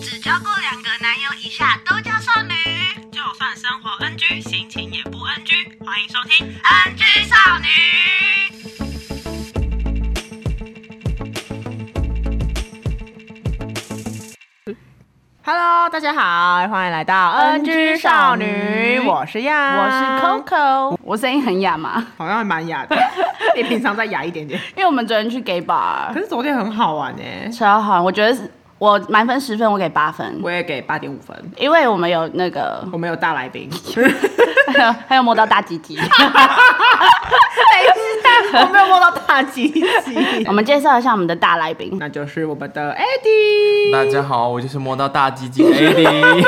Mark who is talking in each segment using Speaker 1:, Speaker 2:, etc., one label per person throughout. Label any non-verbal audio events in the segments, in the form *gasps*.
Speaker 1: 只交过两个男友以下都叫少女。
Speaker 2: 就算生活 NG，心情也不 NG。欢迎收听
Speaker 1: NG 少女，
Speaker 2: Hello，大家好，欢迎来到 NG 少女，我是亚，
Speaker 3: 我是 Coco，我声音很哑嘛，
Speaker 2: 好像还蛮哑 *laughs* 的，比平常再哑一点点。
Speaker 3: *laughs* 因为我们昨天去 gay
Speaker 2: 可
Speaker 3: bar
Speaker 2: 是昨天很好玩呢、
Speaker 3: 超好，我觉得是我满分十分，我给八分
Speaker 2: 我，也给八点五分。
Speaker 3: 因为我们有那个 *laughs*
Speaker 2: 我们有大来宾，
Speaker 3: 还有还有摸到大鸡 *laughs* 鸡。
Speaker 2: *laughs* 我没有摸到大鸡鸡。
Speaker 3: 我们介绍一下我们的大来 *laughs* 宾，
Speaker 2: 那就是我们的 Eddie，
Speaker 4: 大家好，我就是摸到大鸡鸡的 AD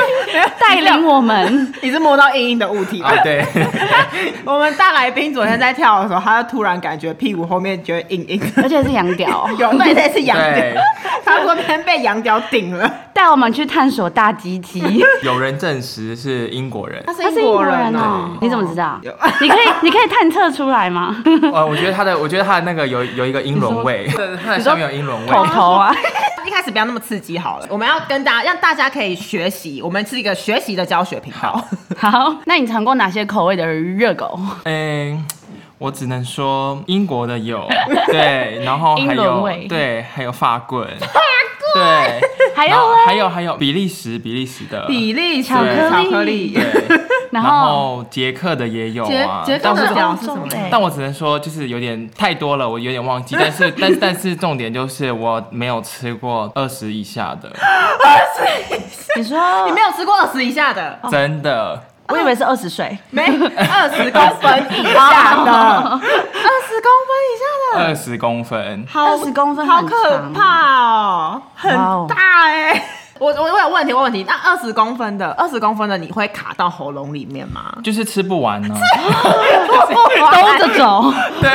Speaker 3: 带领我们
Speaker 2: 你是摸到硬硬的物体吗
Speaker 4: 啊，对，
Speaker 2: 我们大来宾昨天在跳的时候，他就突然感觉屁股后面觉得硬硬的。
Speaker 3: 而且是羊 *laughs* 屌，
Speaker 2: 有 *laughs* 对，这是羊
Speaker 4: 对
Speaker 2: 角，他说边被羊角顶了。
Speaker 3: 带我们去探索大鸡鸡。
Speaker 4: 有人证实是英国人，
Speaker 2: 是
Speaker 3: 他是英国人哦，你怎么知道
Speaker 2: 有？
Speaker 3: 你可 *laughs* 以你可以探测出来吗？
Speaker 4: 呃，我觉得他的，我觉得他的那个有有一个英伦味，他的下面有英伦味，
Speaker 3: 口头啊，
Speaker 2: 一开始不要那么刺激好了，我们要跟大家让大家可以学习，我们是一个学习的教学频道。
Speaker 3: 好，那你尝过哪些口味的热狗？
Speaker 4: 嗯，我只能说英国的有，对，然后还
Speaker 3: 英伦味
Speaker 4: 有对，还有法棍，法棍，对，
Speaker 3: 还有
Speaker 4: 然后
Speaker 3: 嘞
Speaker 4: 还有还有比利时比利时的，
Speaker 2: 比例
Speaker 3: 巧克力
Speaker 2: 巧克 *laughs* 力，
Speaker 4: 对，
Speaker 3: 然
Speaker 4: 然
Speaker 3: 后
Speaker 4: 后捷克的也有
Speaker 2: 杰
Speaker 4: 啊，
Speaker 2: 杰克
Speaker 4: 但是
Speaker 2: 的
Speaker 3: 但
Speaker 2: 脚
Speaker 3: 我
Speaker 2: 是什么？
Speaker 3: 对
Speaker 4: 但我只能说，就是有点太多了，我有点忘记。但是，但但是重点就是我没有吃过二十以下的，
Speaker 3: 你说
Speaker 2: 你没有吃过二十以下的，
Speaker 4: 真的。
Speaker 3: 我以为是二十岁，
Speaker 2: *laughs* 没二十公分以下的，二十公分以下的，
Speaker 4: 二十公分，
Speaker 2: 好
Speaker 3: 20公分
Speaker 2: 好
Speaker 3: 很
Speaker 2: 可
Speaker 3: 长
Speaker 2: 怕哦，很
Speaker 3: 哇哦
Speaker 2: 大哎、 *laughs* 我我我有问题，我有问题。那二十公分的，二十公分的，你会卡到喉咙里面吗？
Speaker 4: 就是吃不完呢、
Speaker 3: 兜着走， *laughs*
Speaker 4: 对，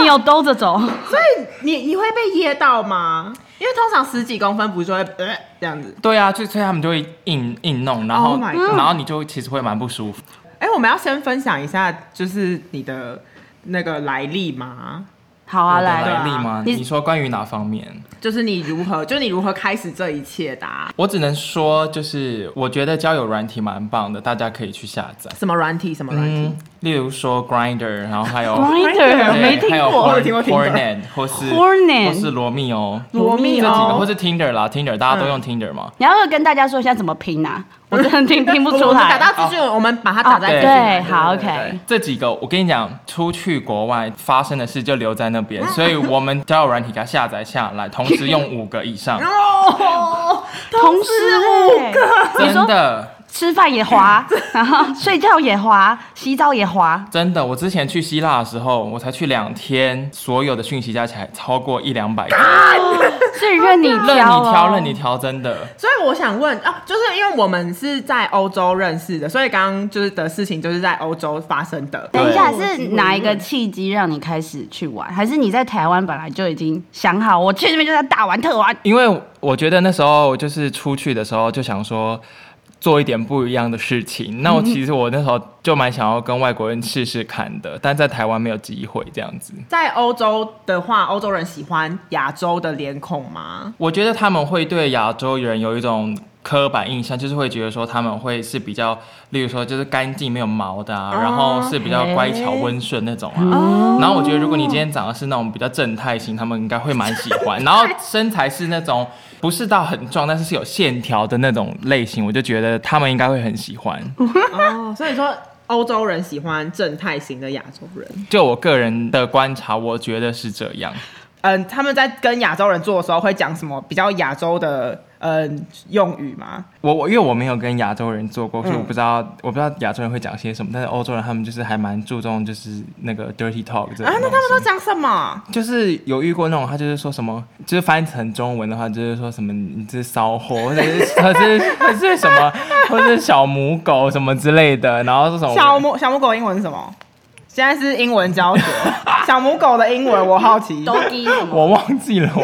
Speaker 3: 你有兜着走，
Speaker 2: 所以你你会被噎到吗？因为通常十几公分不是就会呃这样子。
Speaker 4: 对啊，就所以他们就会硬硬弄，然后、
Speaker 2: Oh my god
Speaker 4: 然后你就其实会蛮不舒服。
Speaker 2: 哎、我们要先分享一下，就是你的那个来历吗？
Speaker 3: 好啊，
Speaker 4: 我的
Speaker 3: 来，
Speaker 4: 来历吗？
Speaker 3: 你
Speaker 4: 你说关于哪方面？
Speaker 2: 就是你如何，就你如何开始这一切的啊、
Speaker 4: 我只能说，就是我觉得交友软体蛮棒的，大家可以去下载。
Speaker 2: 什么软体？什么软体？
Speaker 4: 嗯，例如说 Grinder，然后还有
Speaker 3: 哦 Grinder
Speaker 4: 对
Speaker 3: 没听
Speaker 4: 还有
Speaker 2: 过
Speaker 4: Horn-
Speaker 2: 我有听过 Tinder
Speaker 4: Hornet 或是
Speaker 3: Hornet
Speaker 4: 或是罗密欧。
Speaker 2: 罗
Speaker 4: 这
Speaker 2: 密
Speaker 4: 几个，
Speaker 2: 欧
Speaker 4: 或。是 Tinder 啦，Tinder 大家都用
Speaker 2: 嗯
Speaker 4: Tinder 嘛？
Speaker 3: 你要不要跟大家说一下怎么拼啊？我真的听听不
Speaker 2: 我
Speaker 3: 出
Speaker 2: 们打
Speaker 3: 来。
Speaker 2: 到资讯，我们把它打在资
Speaker 4: 哦对
Speaker 2: 讯栏
Speaker 3: 对，好
Speaker 2: 对对
Speaker 3: ，OK。
Speaker 4: 这几个，我跟你讲，出去国外发生的事就留在那
Speaker 3: 嗯
Speaker 4: 边，所以我们交友软体给它下载下
Speaker 3: *laughs*
Speaker 4: 来，同时用五个以上，
Speaker 2: 哦，
Speaker 3: 同时五个，你
Speaker 4: 真
Speaker 3: 说
Speaker 4: 的
Speaker 3: *laughs* 吃饭也滑，然后睡觉也滑，洗澡也滑，
Speaker 4: 真的。我之前去希腊的时候，我才去两天，所有的讯息加起来超过一两百个，
Speaker 3: 所以任你
Speaker 4: 任你
Speaker 3: 挑哦，
Speaker 4: 挑，任你挑，真的。
Speaker 2: 所以我想问啊，就是因为我们是在欧洲认识的，所以刚刚就是的事情就是在欧洲发生的。嗯
Speaker 3: 等一下，
Speaker 2: 对
Speaker 3: 是哪一个契机让你开始去玩？还是你在台湾本来就已经想好，我去那边就是要大玩特玩？
Speaker 4: 因为我觉得那时候就是出去的时候就想说。做一点不一样的事情，那我其实我那时候就蛮想要跟外国人试试看的，但在台湾没有机会这样子。
Speaker 2: 在欧洲的话，欧洲人喜欢亚洲的脸孔吗？
Speaker 4: 我觉得他们会对亚洲人有一种刻板印象，就是会觉得说他们会是比较，例如说就是干净没有毛的、啊，然后是比较乖巧温顺那种啊。然后我觉得如果你今天长得是那种比较正太型，他们应该会蛮喜欢。然后身材是那种不是到很壮，但是是有线条的那种类型，我就觉得他们应该会很喜欢。
Speaker 2: 哦，所以说欧洲人喜欢正太型的亚洲人。
Speaker 4: 就我个人的观察，我觉得是这样。
Speaker 2: 嗯，他们在跟亚洲人做的时候会讲什么比较亚洲的嗯用语吗？
Speaker 4: 我我因为我没有跟亚洲人做过，所以
Speaker 2: 嗯
Speaker 4: 我不知道、我不知道亚洲人会讲些什么，但是欧洲人他们就是还蛮注重就是那个 dirty talk 这种东西。
Speaker 2: 啊，那他们都讲什么？
Speaker 4: 就是有遇过那种，他就是说什么，就是翻译成中文的话，就是说什么你这是骚货，或者是或者是或者是什么，或者是小母狗什么之类的，然后说什么
Speaker 2: 小母小母狗英文是什么？现在是英文 *laughs* 教学，小母狗的英文我好奇。
Speaker 3: 低什 *laughs*
Speaker 4: 我忘记了我，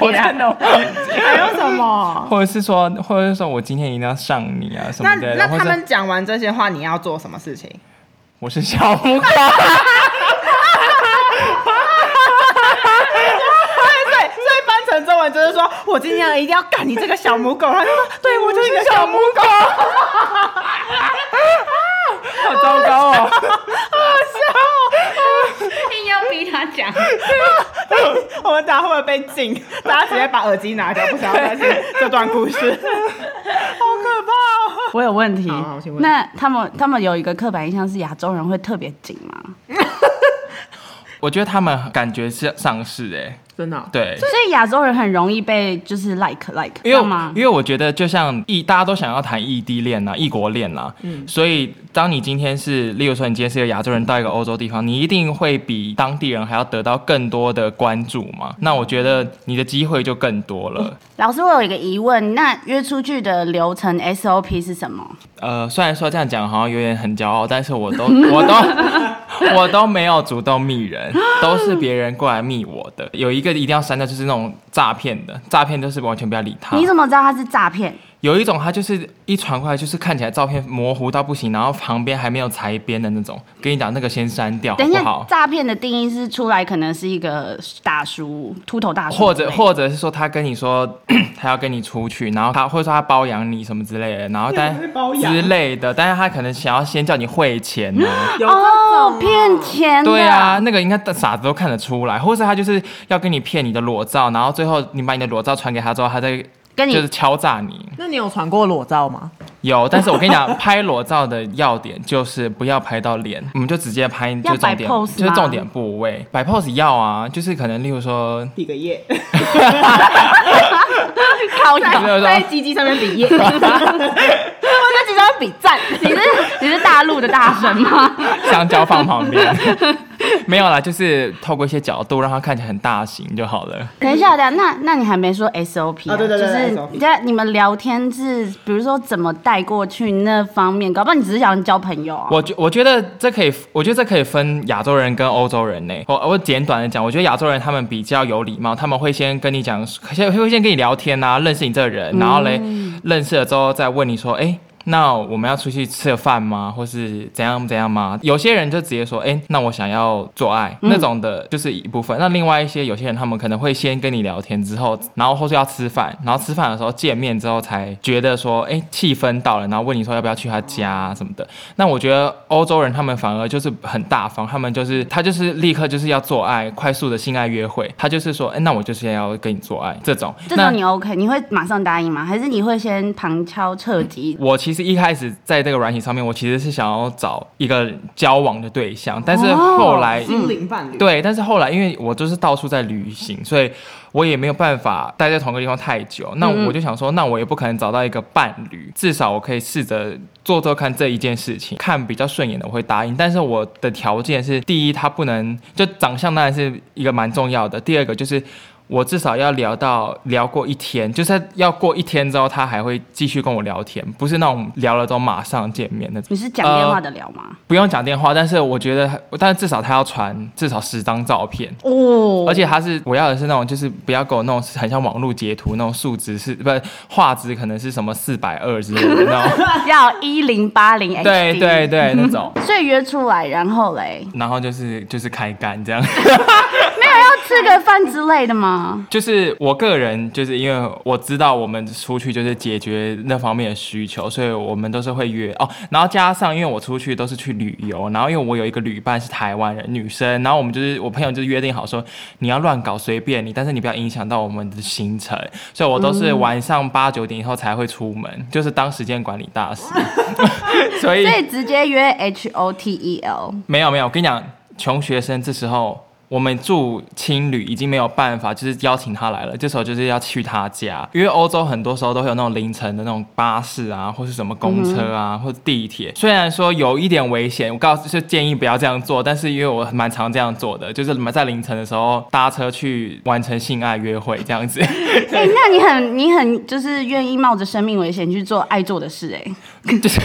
Speaker 2: 我看到还有什
Speaker 3: *laughs*
Speaker 2: 么？
Speaker 4: 或者是说或者是说我今天一定要上你啊什
Speaker 2: 那
Speaker 4: 么的，
Speaker 2: 那
Speaker 4: 然后
Speaker 2: 他
Speaker 4: 是
Speaker 2: 们讲完这些话，你要做什么事情？ *laughs*
Speaker 4: 我是小母狗， *laughs*
Speaker 2: 对对，所以翻成中文人就是说我今天一定要赶你这个小母狗，他就说对我就是你的小母
Speaker 4: *laughs*
Speaker 2: 狗，
Speaker 4: 好糟糕哦！
Speaker 3: 硬要逼他讲，
Speaker 2: 我们等下会不会被禁？大家直接把耳机拿掉，不想要再听 *laughs* 这段故
Speaker 4: *laughs*
Speaker 2: 事，好可怕、哦。
Speaker 3: *laughs* 我有问题
Speaker 2: 好好请。问
Speaker 3: 那他们他们有一个刻板印象是亚洲人会特别紧吗？
Speaker 4: 我觉得他们感觉是上市哎、
Speaker 2: 真的哦、
Speaker 4: 对，
Speaker 3: 所以亚洲人很容易被就是 like like，
Speaker 4: 因为
Speaker 3: 吗
Speaker 4: 因？为我觉得就像异，大家都想要谈异地恋呐、异国恋呐、啊
Speaker 3: 嗯
Speaker 4: 所以当你今天是，例如说你今天是一个亚洲人到一个欧洲地方，你一定会比当地人还要得到更多的关注
Speaker 3: 嗯
Speaker 4: 嘛。那我觉得你的机会就更多了。
Speaker 3: 老师，我有一个疑问，那约出去的流程 SOP 是什么？
Speaker 4: 呃，虽然说这样讲好像有点很骄傲，但是我
Speaker 3: *laughs*
Speaker 4: 都我都我都没有主动密人，都是别人过来密我的。有一个一定要删掉，就是那种诈骗的，诈骗就是完全不要理他。
Speaker 3: 你怎么知道他是诈骗？
Speaker 4: 有一种它就是一传过来，就是看起来照片模糊到不行，然后旁边还没有裁边的那种。跟你讲，那个先删掉，好
Speaker 3: 等一
Speaker 4: 不
Speaker 3: 下，
Speaker 4: 好？
Speaker 3: 诈骗的定义是出来可能是一个大叔、秃头大叔之类
Speaker 4: 或
Speaker 3: 的，
Speaker 4: 者或者是说他跟你说 *clears throat* 他要跟你出去，然后他或者说他包养你什么之类的，然后
Speaker 2: *laughs*
Speaker 4: 但
Speaker 2: 你怎么会包养
Speaker 4: 之类的，但是他可能想要先叫你汇钱啊呢、
Speaker 2: 有这种
Speaker 3: 哦骗钱的，
Speaker 4: 对啊，，那个应该傻子都看得出来，或是他就是要跟你骗你的裸照，然后最后你把你的裸照传给他之后，他再
Speaker 3: 跟你
Speaker 4: 就是敲诈你。
Speaker 2: 那你有传过裸照吗？
Speaker 4: 有，但是我跟你讲，拍裸照的要点就是不要拍到脸，我们就直接拍就
Speaker 3: 要
Speaker 4: 是重
Speaker 3: 摆
Speaker 4: 点，就
Speaker 3: pose
Speaker 4: 是
Speaker 3: 吗
Speaker 4: 重点部位。摆 pose 要啊，就是可能例如说，
Speaker 2: 比个耶，
Speaker 3: *laughs* 靠腰，
Speaker 4: 对
Speaker 2: 在鸡鸡上面比
Speaker 3: *laughs*
Speaker 2: 耶。
Speaker 3: 他只要比赞，你是你是大陆的大神吗？
Speaker 4: 香蕉放旁边，
Speaker 3: *laughs*
Speaker 4: 没有啦，就是透过一些角度让它看起来很大型就好了。
Speaker 3: 等一下，等一下，那那你还没说 SOP，、啊
Speaker 2: 哦对对对对
Speaker 3: 就是
Speaker 2: SOP
Speaker 3: 你在你们聊天是，比如说怎么带过去那方面，搞不好你只是想交朋友啊。
Speaker 4: 我觉我觉得这可以，我觉得这可以分亚洲人跟欧洲人呢、我我简短的讲，我觉得亚洲人他们比较有礼貌，他们会先跟你讲，先会先跟你聊天啊，认识你这个人，然后嘞，认识了之后再问你说，哎、那我们要出去吃个饭吗？或是怎样怎样吗？有些人就直接说，哎、那我想要做爱、那种的，就是一部分。那另外一些有些人，他们可能会先跟你聊天之后，然后后续要吃饭，然后吃饭的时候见面之后才觉得说，哎、气氛到了，然后问你说要不要去他家、啊、什么的。那我觉得欧洲人他们反而就是很大方，他们就是他就是立刻就是要做爱，快速的性爱约会，他就是说，哎、那我就是要跟你做爱这种。
Speaker 3: 这
Speaker 4: 那
Speaker 3: 种你 OK，你会马上答应吗？还是你会先旁敲侧击？
Speaker 4: 我其实一开始在这个软体上面，我其实是想要找一个交往的对象，但是后来、
Speaker 2: 哦
Speaker 4: 嗯
Speaker 2: 心灵伴侣，
Speaker 4: 对，但是后来因为我就是到处在旅行，所以我也没有办法待在同一个地方太久。那我就想说，那我也不可能找到一个伴侣，至少我可以试着做做看这一件事情，看比较顺眼的我会答应。但是我的条件是，第一，他不能就长相当然是一个蛮重要的，第二个就是。我至少要聊到聊过一天，就是要过一天之后，他还会继续跟我聊天，不是那种聊了之后马上见面那种。
Speaker 3: 你是讲电话的聊吗？
Speaker 4: 不用讲电话，但是我觉得，但是至少他要传至少十张照片，
Speaker 3: 哦
Speaker 4: 而且他是我要的是那种，就是不要给我那种很像网络截图那种数值是不是画质可能是什么四百二之类的那种，
Speaker 3: 要一零八零 HD，
Speaker 4: 对对对那种，
Speaker 3: 所以约出来，然后嘞，
Speaker 4: 然后就是就是开干这样。
Speaker 3: 没有要吃个饭之类的吗？
Speaker 4: 就是我个人，就是因为我知道我们出去就是解决那方面的需求，所以我们都是会约哦。然后加上因为我出去都是去旅游，然后因为我有一个旅伴是台湾人女生，然后我们就是我朋友就是约定好说你要乱搞随便你，但是你不要影响到我们的行程，所以我都是晚上八九点以后才会出门，就是当时间管理大师。所以
Speaker 3: 所以直接约 H O T E L，
Speaker 4: 没有没有，我跟你讲，穷学生这时候我们住青旅已经没有办法，就是邀请他来了，这时候就是要去他家，因为欧洲很多时候都会有那种凌晨的那种巴士啊，或是什么公车啊，或者地铁。虽然说有一点危险，我告诉就建议不要这样做，但是因为我蛮常这样做的，就是在凌晨的时候搭车去完成性爱约会这样子。
Speaker 3: 哎、那你很你很就是愿意冒着生命危险去做爱做的事、哎，
Speaker 4: 就是，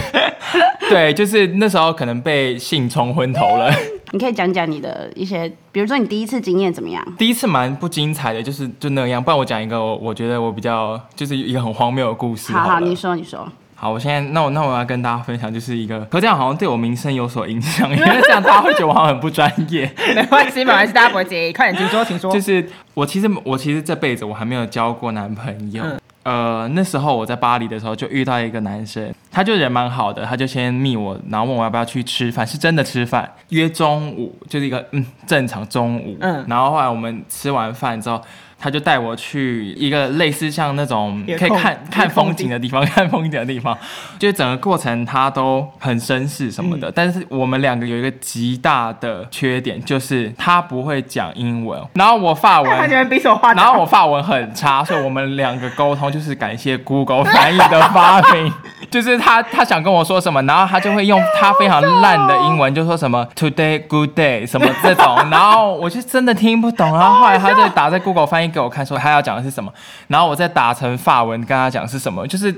Speaker 4: 对，就是那时候可能被性冲昏头了。
Speaker 3: 你可以讲讲你的一些，比如说你第一次经验怎么样？
Speaker 4: 第一次蛮不精彩的，就是就那样。不然我讲一个我，我觉得我比较就是一个很荒谬的故事
Speaker 3: 好
Speaker 4: 了。
Speaker 3: 好，你说你说，
Speaker 4: 好，我现在那我那我要跟大家分享，就是一个，可这样好像对我名声有所影响，因为这样大家会觉得我好像很不专业。
Speaker 2: 没关系，没关系，大家不会介意。快点，请说，请 *laughs* 说。
Speaker 4: 就是我其实我其实这辈子我还没有交过男朋
Speaker 2: 嗯
Speaker 4: 友。呃，那时候我在巴黎的时候就遇到一个男生，他就人蛮好的，他就先密我，然后问我要不要去吃饭，是真的吃饭，约中午，就是一个嗯正常中午。
Speaker 2: 嗯
Speaker 4: 然后后来我们吃完饭之后，他就带我去一个类似像那种
Speaker 2: 夜
Speaker 4: 可以
Speaker 2: 空
Speaker 4: 看看
Speaker 2: 夜空
Speaker 4: 风景的地方， *laughs* 看风景的地方，就是整个过程他都很绅士什么的，但是我们两个有一个极大的缺点，就是他不会讲英文，然后我
Speaker 2: *laughs*
Speaker 4: 法文
Speaker 2: 看你们比手画脚。
Speaker 4: 然后我法文很差，所以我们两个沟通就是感谢 Google 翻译的发明，就是他他想跟我说什么，然后他就会用他非常烂的英文就说什么 Today good day 什么这种，然后我就真的听不懂，然后后来他就打在 Google 翻译给我看，说他要讲的是什么，然后我再打成法文跟他讲是什么，就是。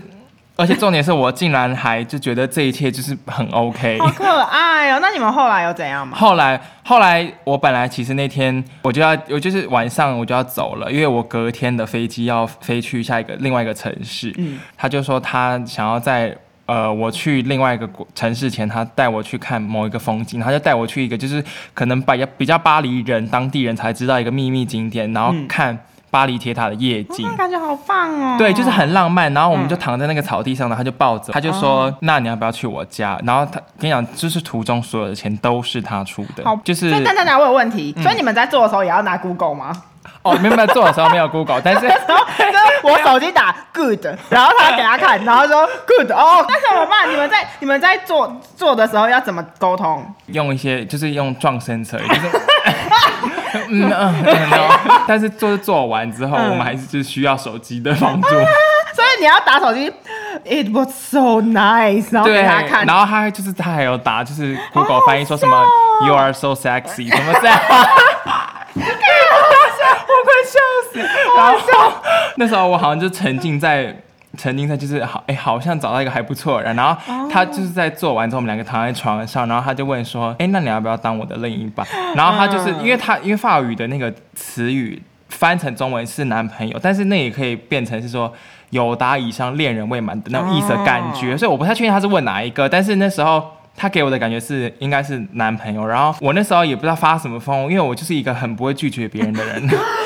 Speaker 4: 而且重点是我竟然还就觉得这一切就是很 OK，
Speaker 2: 好可爱哦。那你们后来又怎样嘛？
Speaker 4: 后来，后来我本来其实那天我就要，我就是晚上我就要走了，因为我隔天的飞机要飞去下一个另外一个城市。
Speaker 2: 嗯
Speaker 4: 他就说他想要在呃我去另外一个国城市前，他带我去看某一个风景，他就带我去一个就是可能比较比较巴黎人当地人才知道一个秘密景点，然后
Speaker 2: 嗯
Speaker 4: 看巴黎铁塔的夜景。
Speaker 2: 那感觉好棒哦。
Speaker 4: 嗯对，就是很浪漫。然后我们
Speaker 2: 嗯哦
Speaker 4: 就躺在那个草地上，然后他就抱着我，他就说：“那你要不要去我家？”然后他跟你讲，就是途中所有的钱都是他出的
Speaker 2: 好，，
Speaker 4: 就是嗯
Speaker 2: 所以但大家我有问题，所以你们在做的时候也要拿 Google 吗？
Speaker 4: 哦，没有没有做的时候没有 Google，但 *laughs* 是
Speaker 2: 然后就是我手机打 good，然后他给他看，然后说 good 哦，那怎么办？你们在你们在做做的时候要怎么沟通？
Speaker 4: 用一些就是用撞声词，
Speaker 2: *laughs*
Speaker 4: 就是嗯嗯嗯，no，但是做做完之后，
Speaker 2: 嗯
Speaker 4: 我们还是就是需要手机的
Speaker 2: *laughs*
Speaker 4: 帮助，
Speaker 2: 所以你要打手机，it was so nice，然后
Speaker 4: 对，
Speaker 2: 给他看，
Speaker 4: 然后他还就是他还有打就是 Google 翻译说什
Speaker 2: 好
Speaker 4: 么
Speaker 2: 好笑哦
Speaker 4: “You are so sexy” 什么这 *laughs* 样。
Speaker 2: *laughs*
Speaker 4: 我快笑死！然后 *laughs* 那时候我好像就沉浸在沉浸在就是好哎、好像找到一个还不错的人。然后他就是在做完之后，我们两个躺在床上，然后他就问说：“哎、那你要不要当我的另一半？”然后他就是、因为他因为法语的那个词语翻成中文是男朋友，但是那也可以变成是说。有达以上恋人未满的那种意思的感觉，所以我不太确定他是问哪一个，但是那时候他给我的感觉是应该是男朋友，然后我那时候也不知道发什么疯，因为我就是一个很不会拒绝别人的人，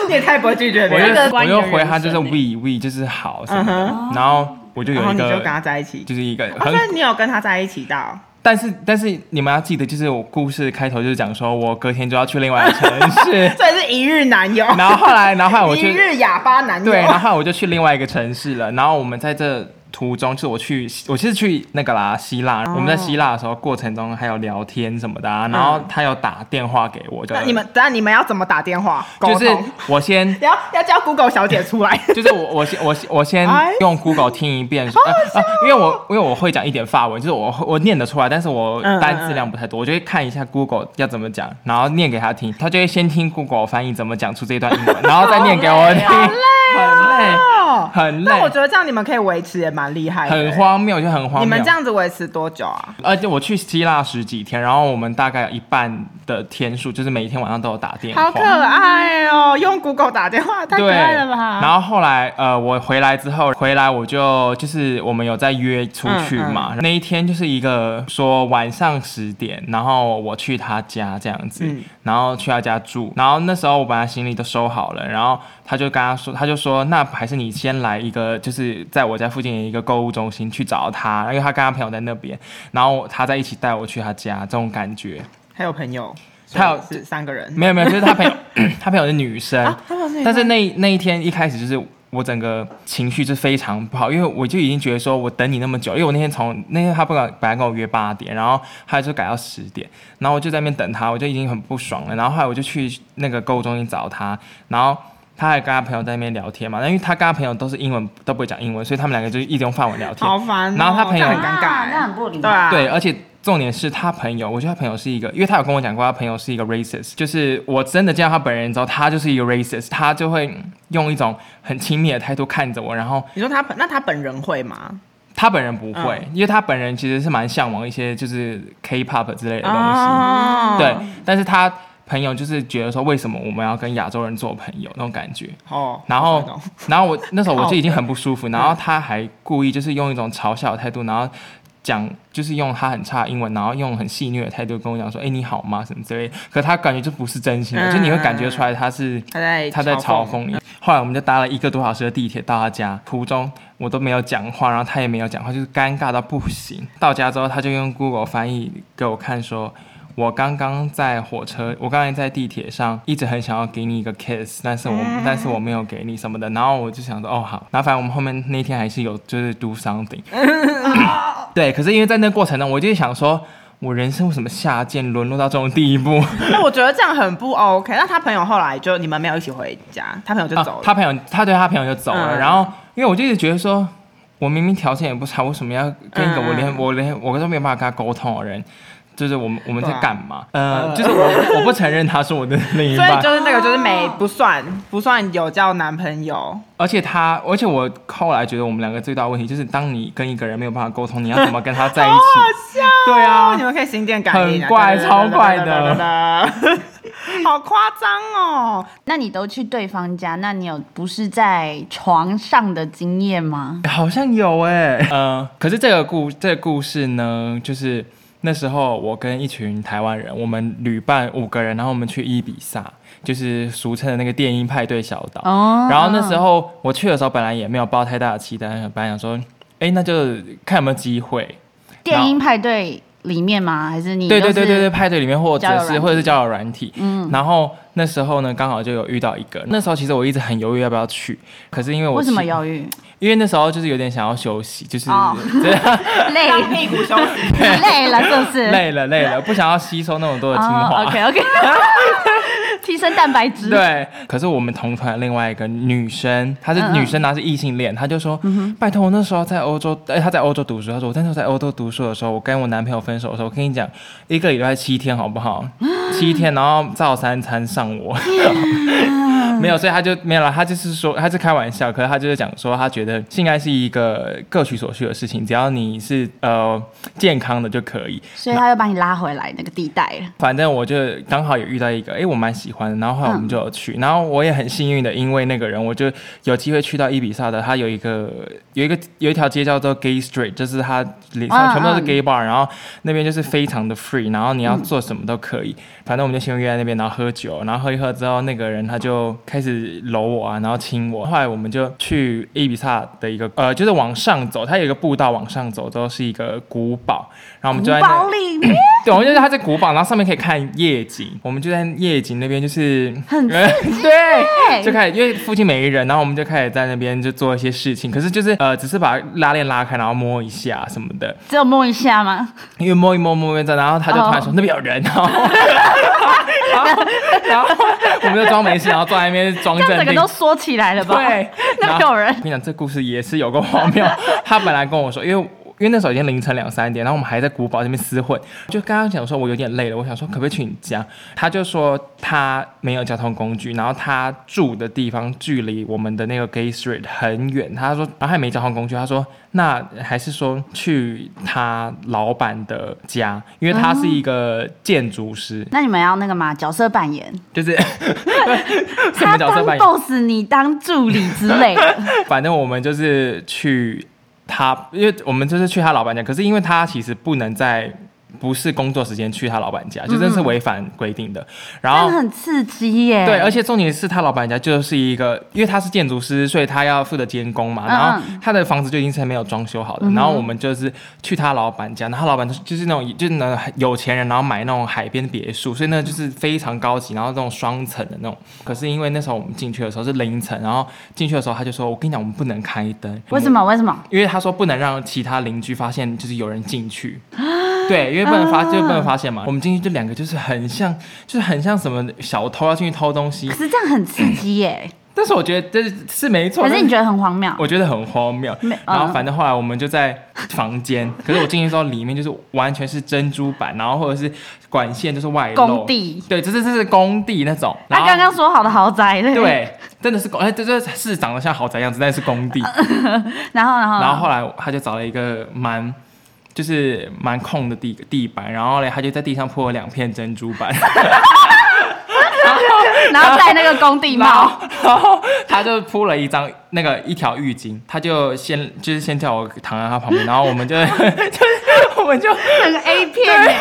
Speaker 2: 你也太不会拒绝
Speaker 4: 我
Speaker 2: 别人了，
Speaker 4: 就我
Speaker 3: 关于
Speaker 4: 就
Speaker 3: 人
Speaker 4: 回他就是
Speaker 3: 生欸
Speaker 4: we we 就是好什么的，
Speaker 2: 嗯
Speaker 4: 然后我就有
Speaker 2: 然后
Speaker 4: 一
Speaker 2: 你就
Speaker 4: 个
Speaker 2: 跟他在一起。
Speaker 4: 就是一个
Speaker 2: 啊
Speaker 4: 很
Speaker 2: 所以你有跟他在一起到，
Speaker 4: 但是但是你们要记得，就是我故事开头就是讲说我隔天就要去另外一个城市
Speaker 2: *laughs* ，所以是一日男友，
Speaker 4: 然后后来然后后来我
Speaker 2: 一
Speaker 4: 去
Speaker 2: 日哑巴男友，
Speaker 4: 对，然后我就去另外一个城市了。然后我们在这途中，就是我去，我其实去那个啦希腊。
Speaker 2: 哦
Speaker 4: 我们在希腊的时候，过程中还有聊天什么的、啊。然后他有打电话给我，就
Speaker 2: *laughs* 嗯那你们等下你们要怎么打电话沟
Speaker 4: 就是
Speaker 2: 通？
Speaker 4: 我先。
Speaker 2: 要要叫 Google 小姐
Speaker 4: *laughs*
Speaker 2: 出来，
Speaker 4: 就是我，我先，我先，我先
Speaker 2: 哎
Speaker 4: 用 Google 听一遍，呃呃
Speaker 2: 哦
Speaker 4: 因为我因为我会讲一点法文，就是我我念得出来，但是我
Speaker 2: 嗯嗯
Speaker 4: 单字量不太多，我就会看一下 Google 要怎么讲，然后念给他听，他就会先听 Google 翻译怎么讲出这一段英文，然后再念给我听，很累，
Speaker 2: *laughs* 哦，
Speaker 4: 很累
Speaker 2: 那我觉得这样你们可以维持也蛮厉害的，
Speaker 4: 很荒谬，就很荒谬。
Speaker 2: 你们这样子维持多久啊？
Speaker 4: 而且我去希腊十几天，然后我们大概有一半的天数就是每一天晚上都有打电话。
Speaker 2: 好可爱哦，用 Google 打电话，太可
Speaker 4: 对，
Speaker 2: 爱了吧！
Speaker 4: 然后后来呃，我回来之后，回来我就就是我们有在约出去嘛。
Speaker 2: 嗯
Speaker 4: 那一天就是一个说晚上十点，然后我去他家这样子，
Speaker 2: 嗯
Speaker 4: 然后去他家住。然后那时候我把他行李都收好了，然后他就跟他说，他就说那还是你先来一个，就是在我家附近的一个购物中心去找他，因为他跟他朋友在那边，然后他再一起带我去他家，这种感觉。
Speaker 2: 还有朋友，
Speaker 4: 还有
Speaker 2: 所以是三个人，
Speaker 4: 没有没有，就是他朋友， *coughs* 他朋友是女生，
Speaker 2: 啊他朋友是女生
Speaker 4: 但是那那一天一开始就是我整个情绪是非常不好，因为我就已经觉得说我等你那么久，因为我那天从那天他不敢本来跟我约八点，然后他就改到十点，然后我就在那边等他，我就已经很不爽了，然后后来我就去那个购物中心找他，然后。他还跟他朋友在那边聊天嘛，那因为他跟他朋友都是英文，都不会讲英文，所以他们两个就一直用法文聊天。
Speaker 2: 好烦哦、
Speaker 4: 然后他朋友
Speaker 2: 这样很尴尬、
Speaker 3: 啊那很不礼貌
Speaker 2: 对啊，
Speaker 4: 对，，而且重点是他朋友，我觉得他朋友是一个，因为他有跟我讲过，他朋友是一个 racist，就是我真的见到他本人之后，他就是一个 racist，他就会嗯用一种很亲密的态度看着我，然后
Speaker 2: 你说他本那他本人会吗？
Speaker 4: 他本人不会，因为他本人其实是蛮向往一些就是 K-pop 之类的东西，
Speaker 2: 哦
Speaker 4: 对，，但是他。朋友就是觉得说，为什么我们要跟亚洲人做朋友那种感觉。
Speaker 2: 哦，
Speaker 4: 然
Speaker 2: 我懂
Speaker 4: 后， *laughs* 然后我那时候我就已经很不舒服，然后他还故意就是用一种嘲笑的态度，然后讲就是用他很差的英文，然后用很戏谑的态度跟我讲说：“哎，你好吗？”什么之类的。可他感觉就不是真心的，
Speaker 2: 嗯
Speaker 4: 就你会感觉出来他是
Speaker 2: 他在
Speaker 4: 他在嘲
Speaker 2: 讽
Speaker 4: 讽你。后来我们就搭了一个多小时的地铁到他家，途中我都没有讲话，然后他也没有讲话，就是尴尬到不行。到家之后，他就用 Google 翻译给我看说。我刚刚在火车，我刚才在地铁上一直很想要给你一个 kiss，但是我、
Speaker 2: 啊
Speaker 4: 但是我没有给你什么的，然后我就想说，哦好，然后反正我们后面那天还是有就是 do
Speaker 2: *laughs*
Speaker 4: something，对，可是因为在那过程中，我就想说，我人生为什么下贱沦落到这种地步？
Speaker 2: 那我觉得这样很不 OK。那他朋友后来就你们没有一起回家，他朋友就走
Speaker 4: 啊
Speaker 2: 了。
Speaker 4: 他朋友，他对他朋友就走了。
Speaker 2: 嗯
Speaker 4: 然后，因为我就一直觉得说，我明明条件也不差，为什么要跟一个我连、
Speaker 2: 嗯
Speaker 4: 我连我都没有办法跟他沟通的人？就是我们我们在
Speaker 2: 对啊
Speaker 4: 干嘛？呃，
Speaker 2: 嗯
Speaker 4: 就是我我不承认他是我的另一
Speaker 2: 所以
Speaker 4: 半
Speaker 2: 就，是那个就是没不算不算有交男朋友，
Speaker 4: 而且他，而且我后来觉得我们两个最大的问题就是，当你跟一个人没有办法沟通，你要怎么跟他在一
Speaker 2: *laughs*
Speaker 4: 起？
Speaker 2: 笑哦。
Speaker 4: 对啊
Speaker 2: 你们可以心电感应啊，
Speaker 4: 很怪
Speaker 2: 对
Speaker 4: 超怪的，
Speaker 2: 对对对对对对对好夸张哦。
Speaker 3: 那你都去对方家，那你有不是在床上的经验吗？
Speaker 4: 好像有哎、呃，可是这个故这个故事呢，就是那时候我跟一群台湾人，我们旅伴五个人，然后我们去伊比萨，就是俗称的那个电音派对小岛。
Speaker 3: 哦
Speaker 4: 然后那时候我去的时候，本来也没有抱太大的期待，本来想说，哎、那就看有没有机会。
Speaker 3: 电音派对里面吗？还是你
Speaker 4: 对
Speaker 3: 都是
Speaker 4: 对对对对，派对里面或者
Speaker 3: 交友软
Speaker 4: 是
Speaker 3: 体
Speaker 4: 或者是交友软体，嗯，然后那时候呢，刚好就有遇到一个，那时候其实我一直很犹豫要不要去，可是因为我
Speaker 3: 为什么
Speaker 4: 其
Speaker 3: 犹豫？
Speaker 4: 因为那时候就是有点想要休息，就是、
Speaker 3: 哦
Speaker 4: *laughs* 对 *laughs*
Speaker 3: 累
Speaker 2: 让屁股休息，
Speaker 3: 累了是不 *laughs* 是？
Speaker 4: 累了累了，不想要吸收那么多的精华。
Speaker 3: 哦 OK OK，提升蛋白质。
Speaker 4: *laughs* 对，可是我们同团另外一个女生，她是
Speaker 3: 嗯嗯嗯
Speaker 4: 女生，她是异性恋，她就说：“拜托，我那时候在欧洲，哎、她在欧洲读书，她说我那时候在欧洲读书的时候，我跟我男朋友分手的时候，我跟你讲，一个礼拜七天好
Speaker 3: *gasps*
Speaker 4: 不好？七天，然后照三餐上我， *laughs* 没有，所以她就没有了。她就是说，她是开玩笑，可是她就是讲说，她觉得性爱是一个各取所需的事情，只要你是呃健康的就可以。
Speaker 3: 所以他又把你拉回来那个地带了。
Speaker 4: 反正我就刚好有遇到一个，诶，我蛮喜欢的，然后后来我们就有
Speaker 3: 嗯
Speaker 4: 去，然后我也很幸运的，因为那个人，我就有机会去到伊比萨的，他有一个有一个有一条街叫做 Gay Street，就是它里
Speaker 3: 嗯
Speaker 4: 上全部都是
Speaker 3: 嗯
Speaker 4: gay bar，、然后那边就是非常的 free，然后你要做什么都可以，
Speaker 3: 嗯
Speaker 4: 反正我们就先约在那边，然后喝酒，然后喝一喝之后，那个人他就开始搂我啊，然后亲我，后来我们就去伊比萨的一个呃，就是往上走，它有一个步道往上走，都是一个古堡，然后我们就在那
Speaker 3: 包里
Speaker 4: *coughs*
Speaker 3: 面
Speaker 4: *laughs* 对，我们就是它在古堡，然后上面可以看夜景，我们就在夜景那边就是
Speaker 3: 很
Speaker 4: *laughs* 对，就开始因为附近没人，然后我们就开始在那边就做一些事情，可是就是呃，只是把拉链拉开，然后摸一下什么的，
Speaker 3: 只有摸一下吗？
Speaker 4: 因为摸一摸摸一摸，然后他就突然说、
Speaker 3: 哦
Speaker 4: 那边有人，然后 *laughs* 然后然后我们就装没事，然后坐在那边装
Speaker 3: 这样
Speaker 4: 镇
Speaker 3: 整个
Speaker 4: 定
Speaker 3: 都。缩起来了吧？，
Speaker 4: *laughs* 对
Speaker 3: 那
Speaker 4: 然
Speaker 3: 边
Speaker 4: 后
Speaker 3: 有人
Speaker 4: 我跟你讲，这故事也是有个
Speaker 3: *laughs*
Speaker 4: 荒谬。他本来跟我说，因为。因为那时候已经凌晨两三点，然后我们还在古堡这边厮混，就跟他讲说，我有点累了，我想说可不可以去你家？他就说他没有交通工具，然后他住的地方距离我们的那个 Gay Street 很远，他说，然后他也没交通工具，他说那还是说去他老板的家，因为他是一个建筑师，
Speaker 3: 那你们要那个吗？角色扮演，
Speaker 4: 就是 *laughs* 什
Speaker 3: 他
Speaker 4: 么角色
Speaker 3: 当
Speaker 4: 扮演？
Speaker 3: boss，你当助理之类
Speaker 4: *laughs*
Speaker 3: 的。
Speaker 4: 反正我们就是去他，因为我们就是去他老板家，可是因为他其实不能在不是工作时间去他老板家，就真的是违反规定的。然
Speaker 3: 但
Speaker 4: 后。
Speaker 3: 很刺激耶！
Speaker 4: 对，而且重点是他老板家就是一个，因为他是建筑师，所以他要负责监工嘛。
Speaker 3: 嗯
Speaker 4: 然后他的房子就已经是没有装修好的。然后我们就是去他老板家，然后他老板就是那种就是那种有钱人，然后买那种海边别墅，所以那就是非常高级，然后那种双层的那种。可是因为那时候我们进去的时候是凌晨，然后进去的时候他就说：“我跟你讲，我们不能开灯。”
Speaker 3: 为什么？为什么？
Speaker 4: 因为他说不能让其他邻居发现，就是有人进
Speaker 3: *gasps*
Speaker 4: 去。对，因为不能
Speaker 3: 啊
Speaker 4: 发，就不能发现嘛。我们进去就两个，就是很像，就是很像什么小偷要进去偷东西
Speaker 3: 可。是这样很刺激耶！
Speaker 4: 但是我觉得这是是没错，
Speaker 3: 可是你
Speaker 4: 但
Speaker 3: 觉得很荒谬？
Speaker 4: 我觉得很荒谬
Speaker 3: 没。
Speaker 4: 然后
Speaker 3: 嗯
Speaker 4: 反正后来我们就在房间， *laughs* 可是我进去之后，里面就是完全是珍珠板，然后或者是管线就是外露。
Speaker 3: 工地
Speaker 4: 对，这是这是工地那种。然
Speaker 3: 他
Speaker 4: 后
Speaker 3: 刚刚说好的豪宅，不，
Speaker 4: 对，真的是工，哎，这这是长得像豪宅样子，但是工地。
Speaker 3: 嗯然后然后
Speaker 4: 然后后来他就找了一个蛮。就是蛮空的地地板，然后嘞，他就在地上铺了两片珍珠板，
Speaker 3: 然后戴那个工地
Speaker 4: 然
Speaker 3: 帽
Speaker 4: 后，然后他就铺了一张那个一条浴巾，他就先就是先叫我躺在他旁边，然后我们就 *laughs* 就是我们就
Speaker 3: 那个 A 片哎、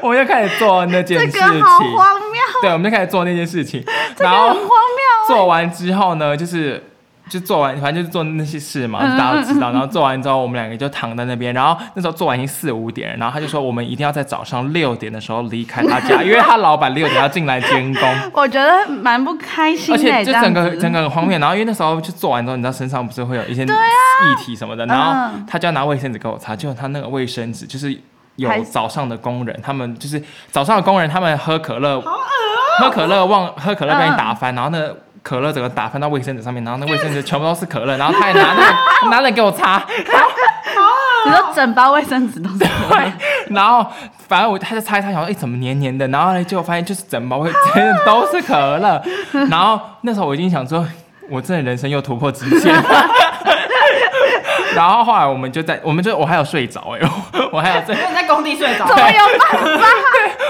Speaker 4: 我们就开始做那件
Speaker 3: 这
Speaker 4: 事
Speaker 3: 个
Speaker 4: 情，
Speaker 3: 好荒谬，
Speaker 4: 对，我们就开始做那件事情，
Speaker 3: 这个
Speaker 4: 然
Speaker 3: 很
Speaker 4: 后
Speaker 3: 荒谬、啊
Speaker 4: 做完之后呢，就是就做完，反正就是做那些事嘛，就大家都知道。然后做完之后，我们两个就躺在那边。然后那时候做完已经四五点了，然后他就说我们一定要在早上六点的时候离开他家，因为他老板六点要进来监工。
Speaker 3: 我觉得蛮不开心
Speaker 4: 而
Speaker 3: 的、
Speaker 4: 且
Speaker 3: 欸，这
Speaker 4: 就
Speaker 3: 样
Speaker 4: 整个
Speaker 3: 子
Speaker 4: 整个很荒谬，然后因为那时候就做完之后，你知道身上不是会有一些液体什么的，然后
Speaker 3: 啊嗯
Speaker 4: 他就要拿卫生纸给我擦，结果他那个卫生纸就是
Speaker 3: 还
Speaker 4: 有早上的工人，他们就是早上的工人，他们喝可乐，
Speaker 3: 哦
Speaker 4: 喝可乐忘喝可乐被你打
Speaker 3: 嗯
Speaker 4: 翻，然后那。可乐整个打翻到卫生纸上面，然后那卫生纸全部都是可乐，然后他还拿那个 *laughs* 拿那个给我擦，
Speaker 3: 你说整包卫生纸
Speaker 4: *laughs*
Speaker 3: 都是我的，
Speaker 4: 然后反正我他就猜他想说，哎、怎么黏黏的？然后呢，结果发现就是整包会真的都是
Speaker 3: *laughs*
Speaker 4: 可乐。然后那时候我已经想说，我真的人生又突破极限了。然后后来我们就在，我们就我还有睡着哎、 *laughs* 我我还有在
Speaker 2: 在工地睡着
Speaker 3: 怎。么有
Speaker 4: *laughs*
Speaker 3: 办法？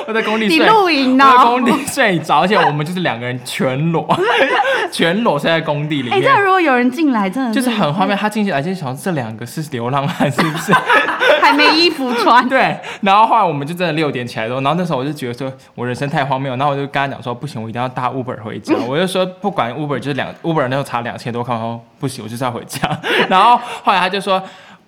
Speaker 4: 我在工地
Speaker 3: 你
Speaker 4: 睡，
Speaker 3: 露营哦
Speaker 4: 我在工地睡着，而且我们就是两个人全裸， *laughs* 全裸睡在工地里
Speaker 3: 哎、
Speaker 4: 面。
Speaker 3: 这样如果有人进来，真的
Speaker 4: 就是很荒谬，他进去哎来就想这两个是流浪汉是不是？
Speaker 3: 还没衣服穿，
Speaker 4: *laughs* 对，然后后来我们就真的六点起来之后，然后那时候我就觉得说我人生太荒谬，然后我就跟他讲说不行，我一定要搭 Uber 回家。 *laughs* 我就说不管 Uber 就是两 Uber 那时候差两千多块，我说不行，我就是要回家。然后后来他就说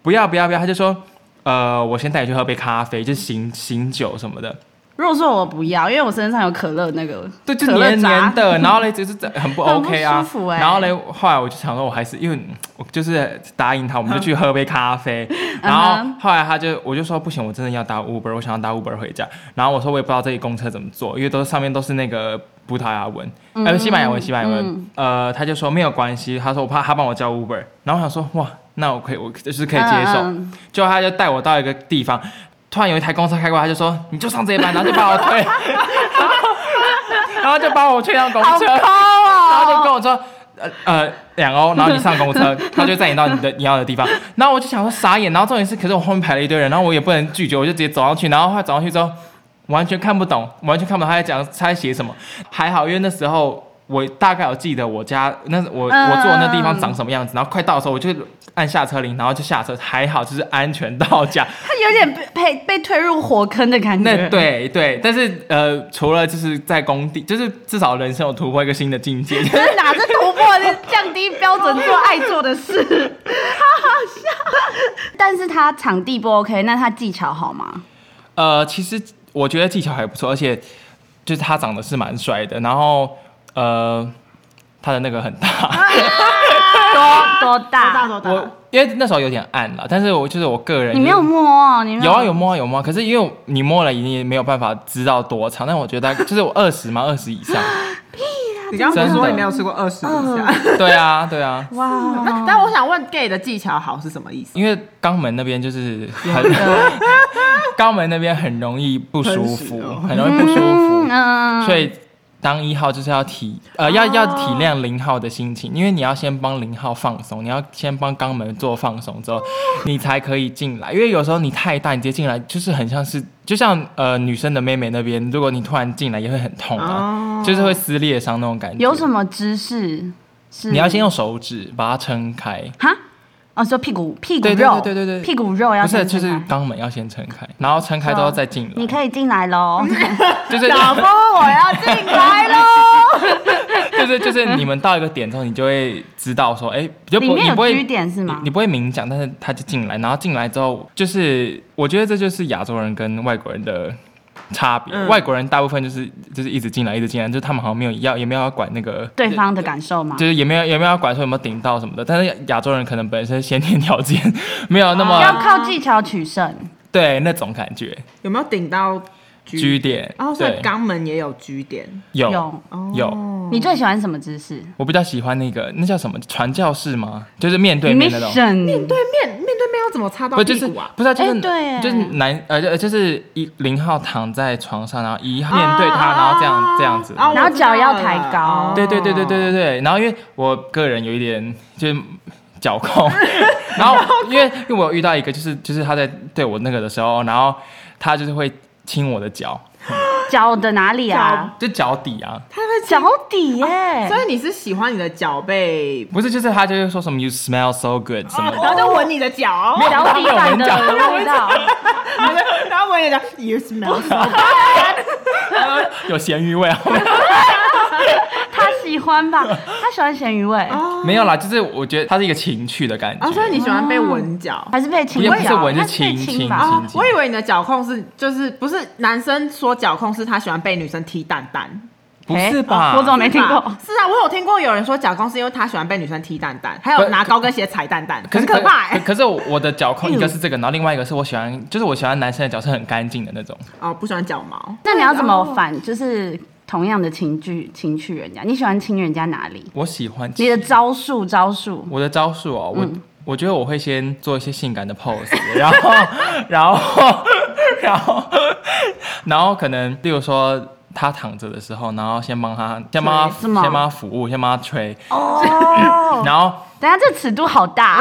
Speaker 4: 不要不要不要，他就说呃我先带你去喝杯咖啡，就醒醒酒什么的。
Speaker 3: 如果说我不要，因为我身上有可乐那个，
Speaker 4: 对，就
Speaker 3: 可乐
Speaker 4: 黏
Speaker 3: 渣
Speaker 4: 黏的，然后嘞，就是很不
Speaker 3: *laughs* 很不
Speaker 4: OK 啊。
Speaker 3: 舒服欸
Speaker 4: 然后嘞，后来我就想说，我还是因为嗯我就是答应他，
Speaker 3: 嗯
Speaker 4: 我们就去喝杯咖啡。然后后来他就，我就说不行，我真的要搭 Uber，我想要搭 Uber 回家。然后我说我也不知道这里公车怎么坐，因为都是上面都是那个葡萄牙文，呃，西班
Speaker 3: 嗯
Speaker 4: 牙文，西班牙文。呃，他就说没有关系，他说我怕他帮我叫 Uber。然后我想说哇，那我可以，我就是可以接受。
Speaker 3: 嗯嗯
Speaker 4: 就他就带我到一个地方，突然有一台公车开过来，他就说你就上这一班，然后就把我推，然后就把我推上公车，然后就跟我说。呃呃，两欧，然后你上公车，他就载你到你的你要的地方。然后我就想说傻眼，然后重点是，可是我后面排了一堆人，然后我也不能拒绝，我就直接走上去。然后他走上去之后，完全看不懂，完全看不懂他在讲他在写什么。还好，因为那时候我大概有记得我家那我、
Speaker 3: 嗯
Speaker 4: 我住的那地方长什么样子。然后快到的时候，我就按下车铃，然后就下车。还好就是安全到家。
Speaker 3: 他有点被被被推入火坑的感觉。 *laughs*
Speaker 4: 那对对，但是呃，除了就是在工地，就是至少人生有突破一个新的境界。 *laughs*
Speaker 3: 可是哪是突破的降低标准做爱做的事，
Speaker 4: *laughs*
Speaker 3: 好好笑。但是他场地不 OK，那他技巧好吗？
Speaker 4: 呃，其实我觉得技巧还不错，而且就是他长得是蛮帅的，然后呃，他的那个很
Speaker 3: *laughs*
Speaker 4: 大，
Speaker 3: 多多
Speaker 2: 大
Speaker 3: 大？
Speaker 2: 多大？
Speaker 4: 我因为那时候有点暗了，但是我就是我个人
Speaker 3: 你没有
Speaker 4: 就是
Speaker 3: 摸、哦，你没
Speaker 4: 有
Speaker 3: 有
Speaker 4: 啊，有摸啊有摸啊，可是因为你摸了，你也没有办法知道多长。但我觉得大概就是我二十嘛，二十以
Speaker 3: *laughs*
Speaker 4: 上。
Speaker 2: 你刚刚不是
Speaker 4: 真
Speaker 2: 说
Speaker 4: 的
Speaker 2: 你没有吃过二十以下？
Speaker 4: 对啊，对啊，
Speaker 3: 哇，
Speaker 2: 但我想问 gay 的技巧好是什么意思？
Speaker 4: 因为肛门那边就是很， *laughs* 肛门那边很容易不舒服
Speaker 2: 喷屎哦，
Speaker 4: 很容易不舒服，
Speaker 3: 嗯哦
Speaker 4: 所以当一号就是要体呃要要体谅零号的心情，因为你要先帮零号放松，你要先帮肛门做放松之后，你才可以进来。因为有时候你太大，你直接进来就是很像是就像呃女生的妹妹那边，如果你突然进来也会很痛啊，就是会撕裂伤那种感觉。
Speaker 3: 哦有什？么姿势是
Speaker 4: 你要先用手指把它撑开，
Speaker 3: 哈？哦，说屁股屁股
Speaker 4: 对
Speaker 3: 肉，
Speaker 4: 对对对对对
Speaker 3: 屁股肉要
Speaker 4: 不是
Speaker 3: 先
Speaker 4: 就是
Speaker 3: 撑开哦
Speaker 4: 肛门要先撑开，然后撑开之后再进来。
Speaker 3: 你可以进来
Speaker 4: *laughs*
Speaker 3: 喽，
Speaker 4: 就是
Speaker 3: 老公，哦我要进来喽。
Speaker 4: *laughs* 就是就是你们到一个点之后，你就会知道说，哎、就
Speaker 3: 里
Speaker 4: 不
Speaker 3: 面
Speaker 4: 你
Speaker 3: 有
Speaker 4: 不会
Speaker 3: G 点是吗
Speaker 4: 你你不会明讲，但是他就进来，然后进来之后，就是我觉得这就是亚洲人跟外国人的。差别，
Speaker 2: 嗯
Speaker 4: 外国人大部分就是就是一直进来，一直进来，就是他们好像没有要，也没有要管那个
Speaker 3: 对方的感受吗？
Speaker 4: 就是也没有也没有要管说有没有顶到什么的。但是亚洲人可能本身先天条件没有那么、
Speaker 3: 要靠技巧取胜。
Speaker 4: 对那种感觉
Speaker 2: 有没有顶到
Speaker 3: 嗯
Speaker 4: G？点，
Speaker 2: 哦，所以
Speaker 4: 对
Speaker 2: 肛门也有 G 点。
Speaker 4: 有
Speaker 3: 有
Speaker 2: 哦
Speaker 4: 有
Speaker 3: 你最喜欢什么姿势
Speaker 4: 我比较喜欢那个那叫什么传教士吗？就是面对面那种。
Speaker 3: ？Mission
Speaker 2: 对面面对面要怎么擦到
Speaker 4: 不就
Speaker 2: 屁
Speaker 4: 是
Speaker 2: 股啊？
Speaker 4: 不是、啊、就是、
Speaker 3: 哎对
Speaker 4: 就是男呃就就是一零号躺在床上，然后一面对他，
Speaker 2: 啊
Speaker 4: 然后这样这样子。
Speaker 2: 啊我知道了
Speaker 3: 然后脚要抬高
Speaker 4: 对对对对对对对。然后因为我个人有一点就是脚
Speaker 2: *laughs*
Speaker 4: 控，然后因为因为我有遇到一个就是就是他在对我那个的时候，然后他就是会亲我的脚，
Speaker 3: 脚的哪里啊？
Speaker 4: 就脚底啊，
Speaker 3: 脚底耶、
Speaker 2: 所以你是喜欢你的脚被，
Speaker 4: 不是，就是他就会说什么 “you smell so good” 什么 *laughs* 的，
Speaker 2: 然后就闻你的脚，
Speaker 3: 脚底板的味道，
Speaker 2: *laughs* 然后闻你的脚，you smell so good
Speaker 4: 有咸鱼味啊。
Speaker 3: 他喜欢吧？他喜欢咸鱼味，
Speaker 4: 没有啦，就是我觉得它是一个情趣的感觉。
Speaker 3: 哦
Speaker 2: 啊，所以你喜欢被闻脚。
Speaker 3: 还是被亲
Speaker 4: 也不是
Speaker 3: 脚？
Speaker 4: 闻
Speaker 3: 他
Speaker 4: 是
Speaker 3: 是被
Speaker 4: 亲
Speaker 3: 亲
Speaker 4: 亲
Speaker 3: 吧？
Speaker 2: 哦
Speaker 4: 亲，亲
Speaker 2: 我以为你的脚控是就是不是男生说脚控是他喜欢被女生踢蛋蛋，
Speaker 4: 不是吧？
Speaker 3: 我怎么没听
Speaker 2: 是
Speaker 3: 过
Speaker 2: 吧？是啊，我有听过有人说脚控是因为他喜欢被女生踢蛋蛋，还有
Speaker 4: 可
Speaker 2: 拿高跟鞋踩蛋蛋，
Speaker 4: 可是
Speaker 2: 很可怕
Speaker 3: 哎
Speaker 4: 可
Speaker 2: 欸。
Speaker 4: 可是我的脚控一个是这个，然后另外一个是我喜欢，就是我喜欢男生的脚是很干净的那种。
Speaker 2: 哦，不喜欢脚毛。
Speaker 3: 那你要怎么反？就是同样的情趣情趣人家，你喜欢亲人家哪里？
Speaker 4: 我喜欢
Speaker 3: 你的嗯招数招数，
Speaker 4: 我的招数哦，我我觉得我会先做一些性感的 pose，然 *laughs* 后然后 *laughs* 然后然后可能，例如说。他躺着的时候，然后先帮他，先帮他，
Speaker 3: 是吗
Speaker 4: 先帮他服务，先帮他吹，
Speaker 3: 哦，
Speaker 4: *laughs* 然后
Speaker 3: 等一下这尺度好大，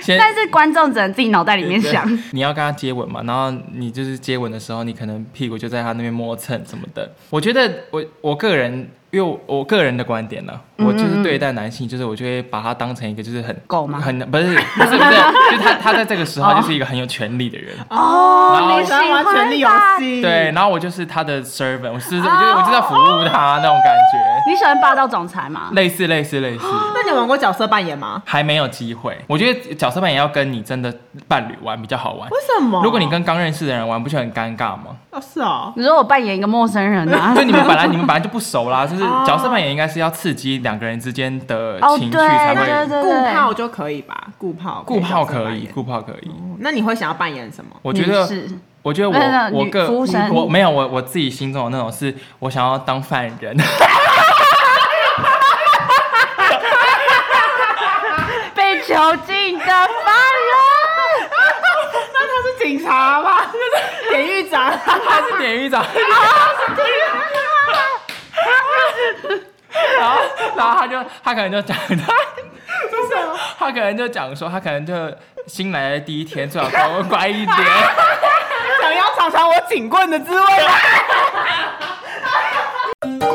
Speaker 4: 先
Speaker 3: 但是观众只能自己脑袋里面想。
Speaker 4: 对 *laughs* 你要跟他接吻嘛，然后你就是接吻的时候，你可能屁股就在他那边磨蹭什么的。我觉得我我个人，因为我我个人的观点呢、啊我就是对待男性，就是我就会把他当成一个就是很
Speaker 3: 嗯狗吗
Speaker 4: 很不是不是不
Speaker 3: *laughs*
Speaker 4: 是，就是他他在这个时候就是一个很有权利的人。然
Speaker 3: 哦
Speaker 4: 后
Speaker 2: 喜欢玩权力游戏，
Speaker 4: 对，，然后我就是他的 servant，我是我
Speaker 3: 哦
Speaker 4: 就是我就是要服务他那种感觉，
Speaker 3: 你喜欢霸道总裁吗？
Speaker 4: 类似类似类似。
Speaker 2: 那你玩过角色扮演吗？
Speaker 4: 还没有机会，我觉得角色扮演要跟你真的伴侣玩比较好玩
Speaker 2: 为。什么？
Speaker 4: 如果你跟刚认识的人玩，不是很尴尬吗？
Speaker 2: 哦是哦，
Speaker 3: 你说我扮演一个陌生人
Speaker 4: *laughs*
Speaker 3: 啊
Speaker 4: 就？你们本来你们本来就不
Speaker 3: *laughs*
Speaker 4: 熟啦，就是角色扮演应该是要刺激两个人之间的
Speaker 3: 哦，
Speaker 4: 情
Speaker 3: 对
Speaker 4: 绪才
Speaker 3: 对对
Speaker 4: 会。
Speaker 3: 对
Speaker 2: 顾炮
Speaker 3: 对，
Speaker 2: 就可以吧？顾炮，
Speaker 4: 顾炮
Speaker 2: 角色
Speaker 4: 可
Speaker 2: 扮
Speaker 4: 以，
Speaker 2: 演
Speaker 4: 顾炮可以。
Speaker 2: 那你会想要扮演什么？
Speaker 4: 我觉得
Speaker 3: 女，士
Speaker 4: 我觉得
Speaker 3: 不是那
Speaker 4: 我我
Speaker 3: 女
Speaker 4: 个
Speaker 3: 服务生
Speaker 4: 我没有我我自己心中的那种是，我想要当犯人， *laughs*
Speaker 3: 被囚禁的犯人，
Speaker 2: 那他是警察吗？就是 *laughs* 典狱长。啊 *laughs*
Speaker 4: 他是典狱长。 *laughs* 然后，然后他就他可能就讲他。他可能就讲说，他可能就新来的第一天最好稍微乖一点，
Speaker 2: 想要尝尝我警棍的滋味吗？ *laughs*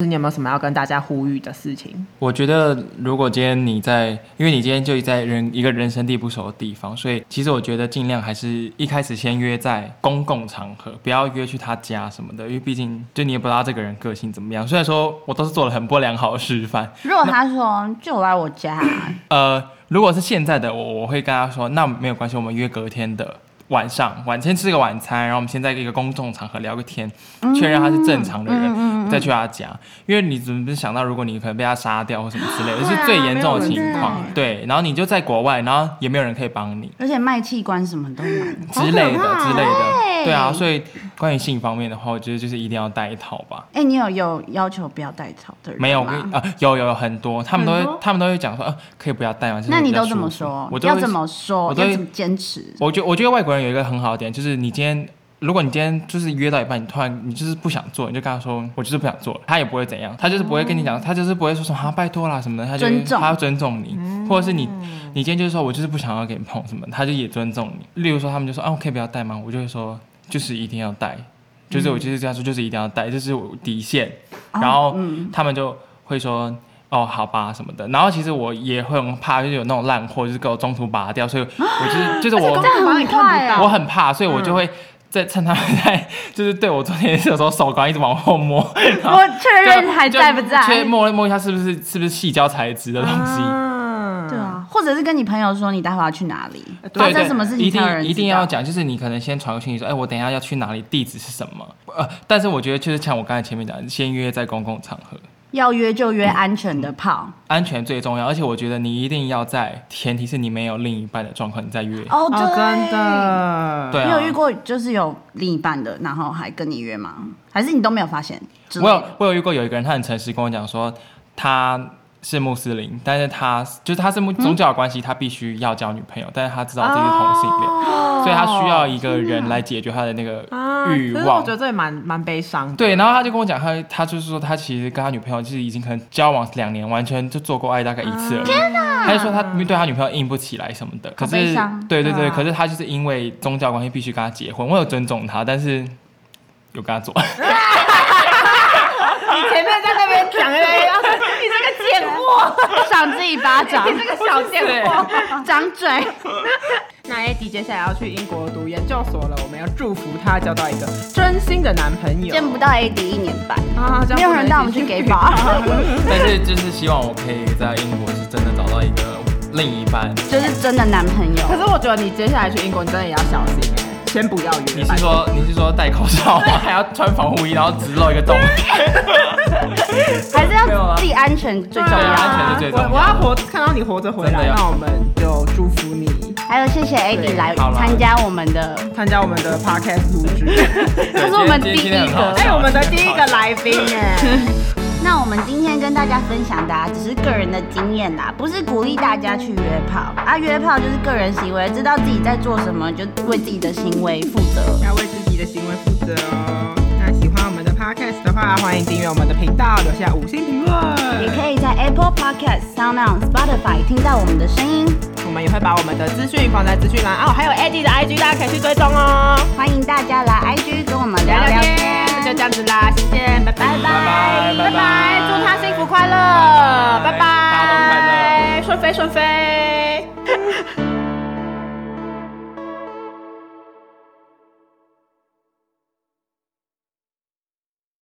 Speaker 2: 你有没有什么要跟大家呼吁的事情？
Speaker 4: 我觉得，如果今天你在，因为你今天就在人一个人生地不熟的地方，所以其实我觉得尽量还是一开始先约在公共场合，不要约去他家什么的，因为毕竟就你也不知道他这个人个性怎么样。虽然说我都是做了很不良好的示范，
Speaker 3: 如果他说就来我家，
Speaker 4: 呃，如果是现在的我，我会跟他说，那没有关系，我们约隔天的晚上，晚先吃个晚餐，然后我们先在一个公众场合聊个天，
Speaker 3: 嗯
Speaker 4: 确认他是正常的人，再去他家。因为你怎么想到，如果你可能被他杀掉或什么之类的，
Speaker 2: 对啊
Speaker 4: 是最严重的情
Speaker 3: 没有
Speaker 4: 况
Speaker 3: 人。
Speaker 4: 对，然后你就在国外，然后也没有人可以帮你
Speaker 3: 而且卖器官什么都买，
Speaker 4: 之类的
Speaker 2: 好可怕
Speaker 4: 之类的。
Speaker 3: 对
Speaker 4: 对啊，所以关于性方面的话，我觉得就是一定要带一套吧。
Speaker 3: 哎、你有有要求不要戴草的人
Speaker 4: 没有，我跟
Speaker 3: 吗
Speaker 4: 你？啊、有有有很多，他们都
Speaker 2: 很
Speaker 4: 会
Speaker 2: 多，
Speaker 4: 他们都会讲说，呃，可以不要带吗？这
Speaker 3: 那
Speaker 4: 样
Speaker 3: 你
Speaker 4: 比较
Speaker 3: 都怎么
Speaker 4: 舒服
Speaker 3: 说？
Speaker 4: 我都
Speaker 3: 要
Speaker 4: 会
Speaker 3: 怎么说？
Speaker 4: 我都会
Speaker 3: 要怎么坚持？
Speaker 4: 我觉我觉得外国人有一个很好的点，就是你今天如果你今天就是约到一半，你突然你就是不想做，你就跟他说我就是不想做了，他也不会怎样，他就是不会跟你讲，他就是不会说什么啊拜托啦什么的，他就
Speaker 3: 哦尊重嗯
Speaker 4: 他要尊重你，或者是你你今天就是说我就是不想要给你碰什么，他就也尊重你。例如说他们就说啊我可以不要带吗？我就会说就是一定要带，就是我就是这样说就是一定要带，这是我底线。然后哦嗯他们就会说。哦，好吧，什么的。然后其实我也会很怕，就是有那种烂货，就是给我中途拔掉，所以我 *gasps* 就是就是我
Speaker 2: 公众号
Speaker 3: 很
Speaker 2: 你看
Speaker 3: 快
Speaker 2: 不
Speaker 3: 欸
Speaker 2: 到，
Speaker 4: 我很嗯怕，所以我就会在趁他们在就是对我做这件事的时候，手刚一直往后 *laughs* 摸，然后
Speaker 3: 我确认还
Speaker 4: 就
Speaker 3: 在不在？
Speaker 4: 去摸一摸一下是不是是不是细胶材质的东西。
Speaker 2: 嗯，
Speaker 3: 对啊，或者是跟你朋友说你待会要去哪里，发
Speaker 4: 对
Speaker 3: 生
Speaker 4: 对，
Speaker 3: 什么事情
Speaker 4: 一
Speaker 3: 才有人
Speaker 4: 定
Speaker 3: 知
Speaker 4: 一定要
Speaker 3: 道
Speaker 4: 讲，就是你可能先传个讯息说，哎，我等一下要去哪里，地址是什么？呃，但是我觉得就是像我刚才前面讲，先约在公共场合，
Speaker 3: 要约就约安全的炮。
Speaker 4: 安全最重要。而且我觉得你一定要在，前提是你没有另一半的状况，你再约。
Speaker 3: 哦，对，
Speaker 2: 哦，真。的，
Speaker 4: 对
Speaker 3: 你
Speaker 4: 啊
Speaker 3: 有遇过就是有另一半的，然后还跟你约吗？还是你都没有发现之类
Speaker 4: 我
Speaker 3: 的？
Speaker 4: 有我有遇过有一个人，他很诚实跟我讲说，他是穆斯林，但是他就是他是穆宗教的关系，他必须要交女朋友，但是他知道自己是同性恋，
Speaker 3: 哦
Speaker 4: 所以他需要一个人来解决他的那个
Speaker 2: 啊，
Speaker 4: 欲
Speaker 2: 可是我
Speaker 4: 望。
Speaker 2: 觉得这也蛮蛮悲伤的。
Speaker 4: 对，然后他就跟我讲，他他就是说，他其实跟他女朋友就是已经可能交往两年，完全就做过爱大概一次而已。天哪！他就说他对他女朋友硬不起来什么的，可
Speaker 3: 好
Speaker 4: 是
Speaker 3: 悲伤
Speaker 4: 对对对，
Speaker 2: 啊
Speaker 4: 可是他就是因为宗教关系必须跟他结婚，我有尊重他，但是有跟他做。
Speaker 2: 你前面在那边讲的，你这个贱
Speaker 3: *laughs*
Speaker 2: 货，
Speaker 3: 赏自己巴掌，
Speaker 2: 你这个小贱货。
Speaker 3: 掌嘴。
Speaker 2: 那 AD 接下来要去英国读研究所了，我们要祝福她交到一个真心的男朋友。
Speaker 3: 见不到 AD 一年半，
Speaker 2: 啊，这样不能
Speaker 3: 没有人带我们去 gay bar
Speaker 4: 但是就是希望我可以在英国是真的找到一个另一半。
Speaker 3: 就是真的男朋友
Speaker 2: 可。是我觉得你接下来去英国，你真的也要小心哎，先不要约。
Speaker 4: 你是说你是说戴口罩吗？ *laughs* 还要穿防护衣，然后只露一个洞？
Speaker 3: 还是
Speaker 4: 没有
Speaker 3: 要
Speaker 4: 啊
Speaker 3: 自己安全最重
Speaker 4: 对
Speaker 3: 要。
Speaker 2: 啊
Speaker 4: 安全是最重要的
Speaker 2: 我我要活，看到你活着回
Speaker 4: 真的
Speaker 2: 来，
Speaker 4: 要
Speaker 2: 那我们就祝福你
Speaker 3: 还有谢谢 AD 来
Speaker 4: 好啦
Speaker 3: 参加我们的，
Speaker 2: 参加我们的 podcast 录
Speaker 4: *laughs*
Speaker 2: 制。
Speaker 3: 这是我们第
Speaker 4: 今天
Speaker 3: 一
Speaker 4: 今天很好
Speaker 3: 个
Speaker 4: 笑。
Speaker 2: 哎，我们的第一个来宾
Speaker 4: *laughs*
Speaker 2: 哎，
Speaker 3: 那我们今天跟大家分享的、啊、只是个人的经验啦、不是鼓励大家去约炮啊。约炮就是个人行为，知道自己在做什么，就为自己的行为负责。
Speaker 2: 要为自己的行为负责哦。那喜欢我们的 podcast 的话，欢迎订阅我们的频道，留下五星评论。
Speaker 3: 也可以在 Apple Podcast、Sound On、Spotify 听到我们的声音。
Speaker 2: 我们也会把我们的资讯放在资讯栏哦，还有 Eddie 的 IG，大家可以去追踪哦。
Speaker 3: 欢迎大家来 IG 跟我们聊聊天。
Speaker 2: 那就这样子啦，谢谢，拜拜，
Speaker 3: 拜拜
Speaker 2: 拜
Speaker 4: 拜
Speaker 2: 拜，
Speaker 4: 拜
Speaker 2: 祝他幸福快乐，拜
Speaker 4: 拜拜大家都快
Speaker 2: 拜，顺飞顺飞。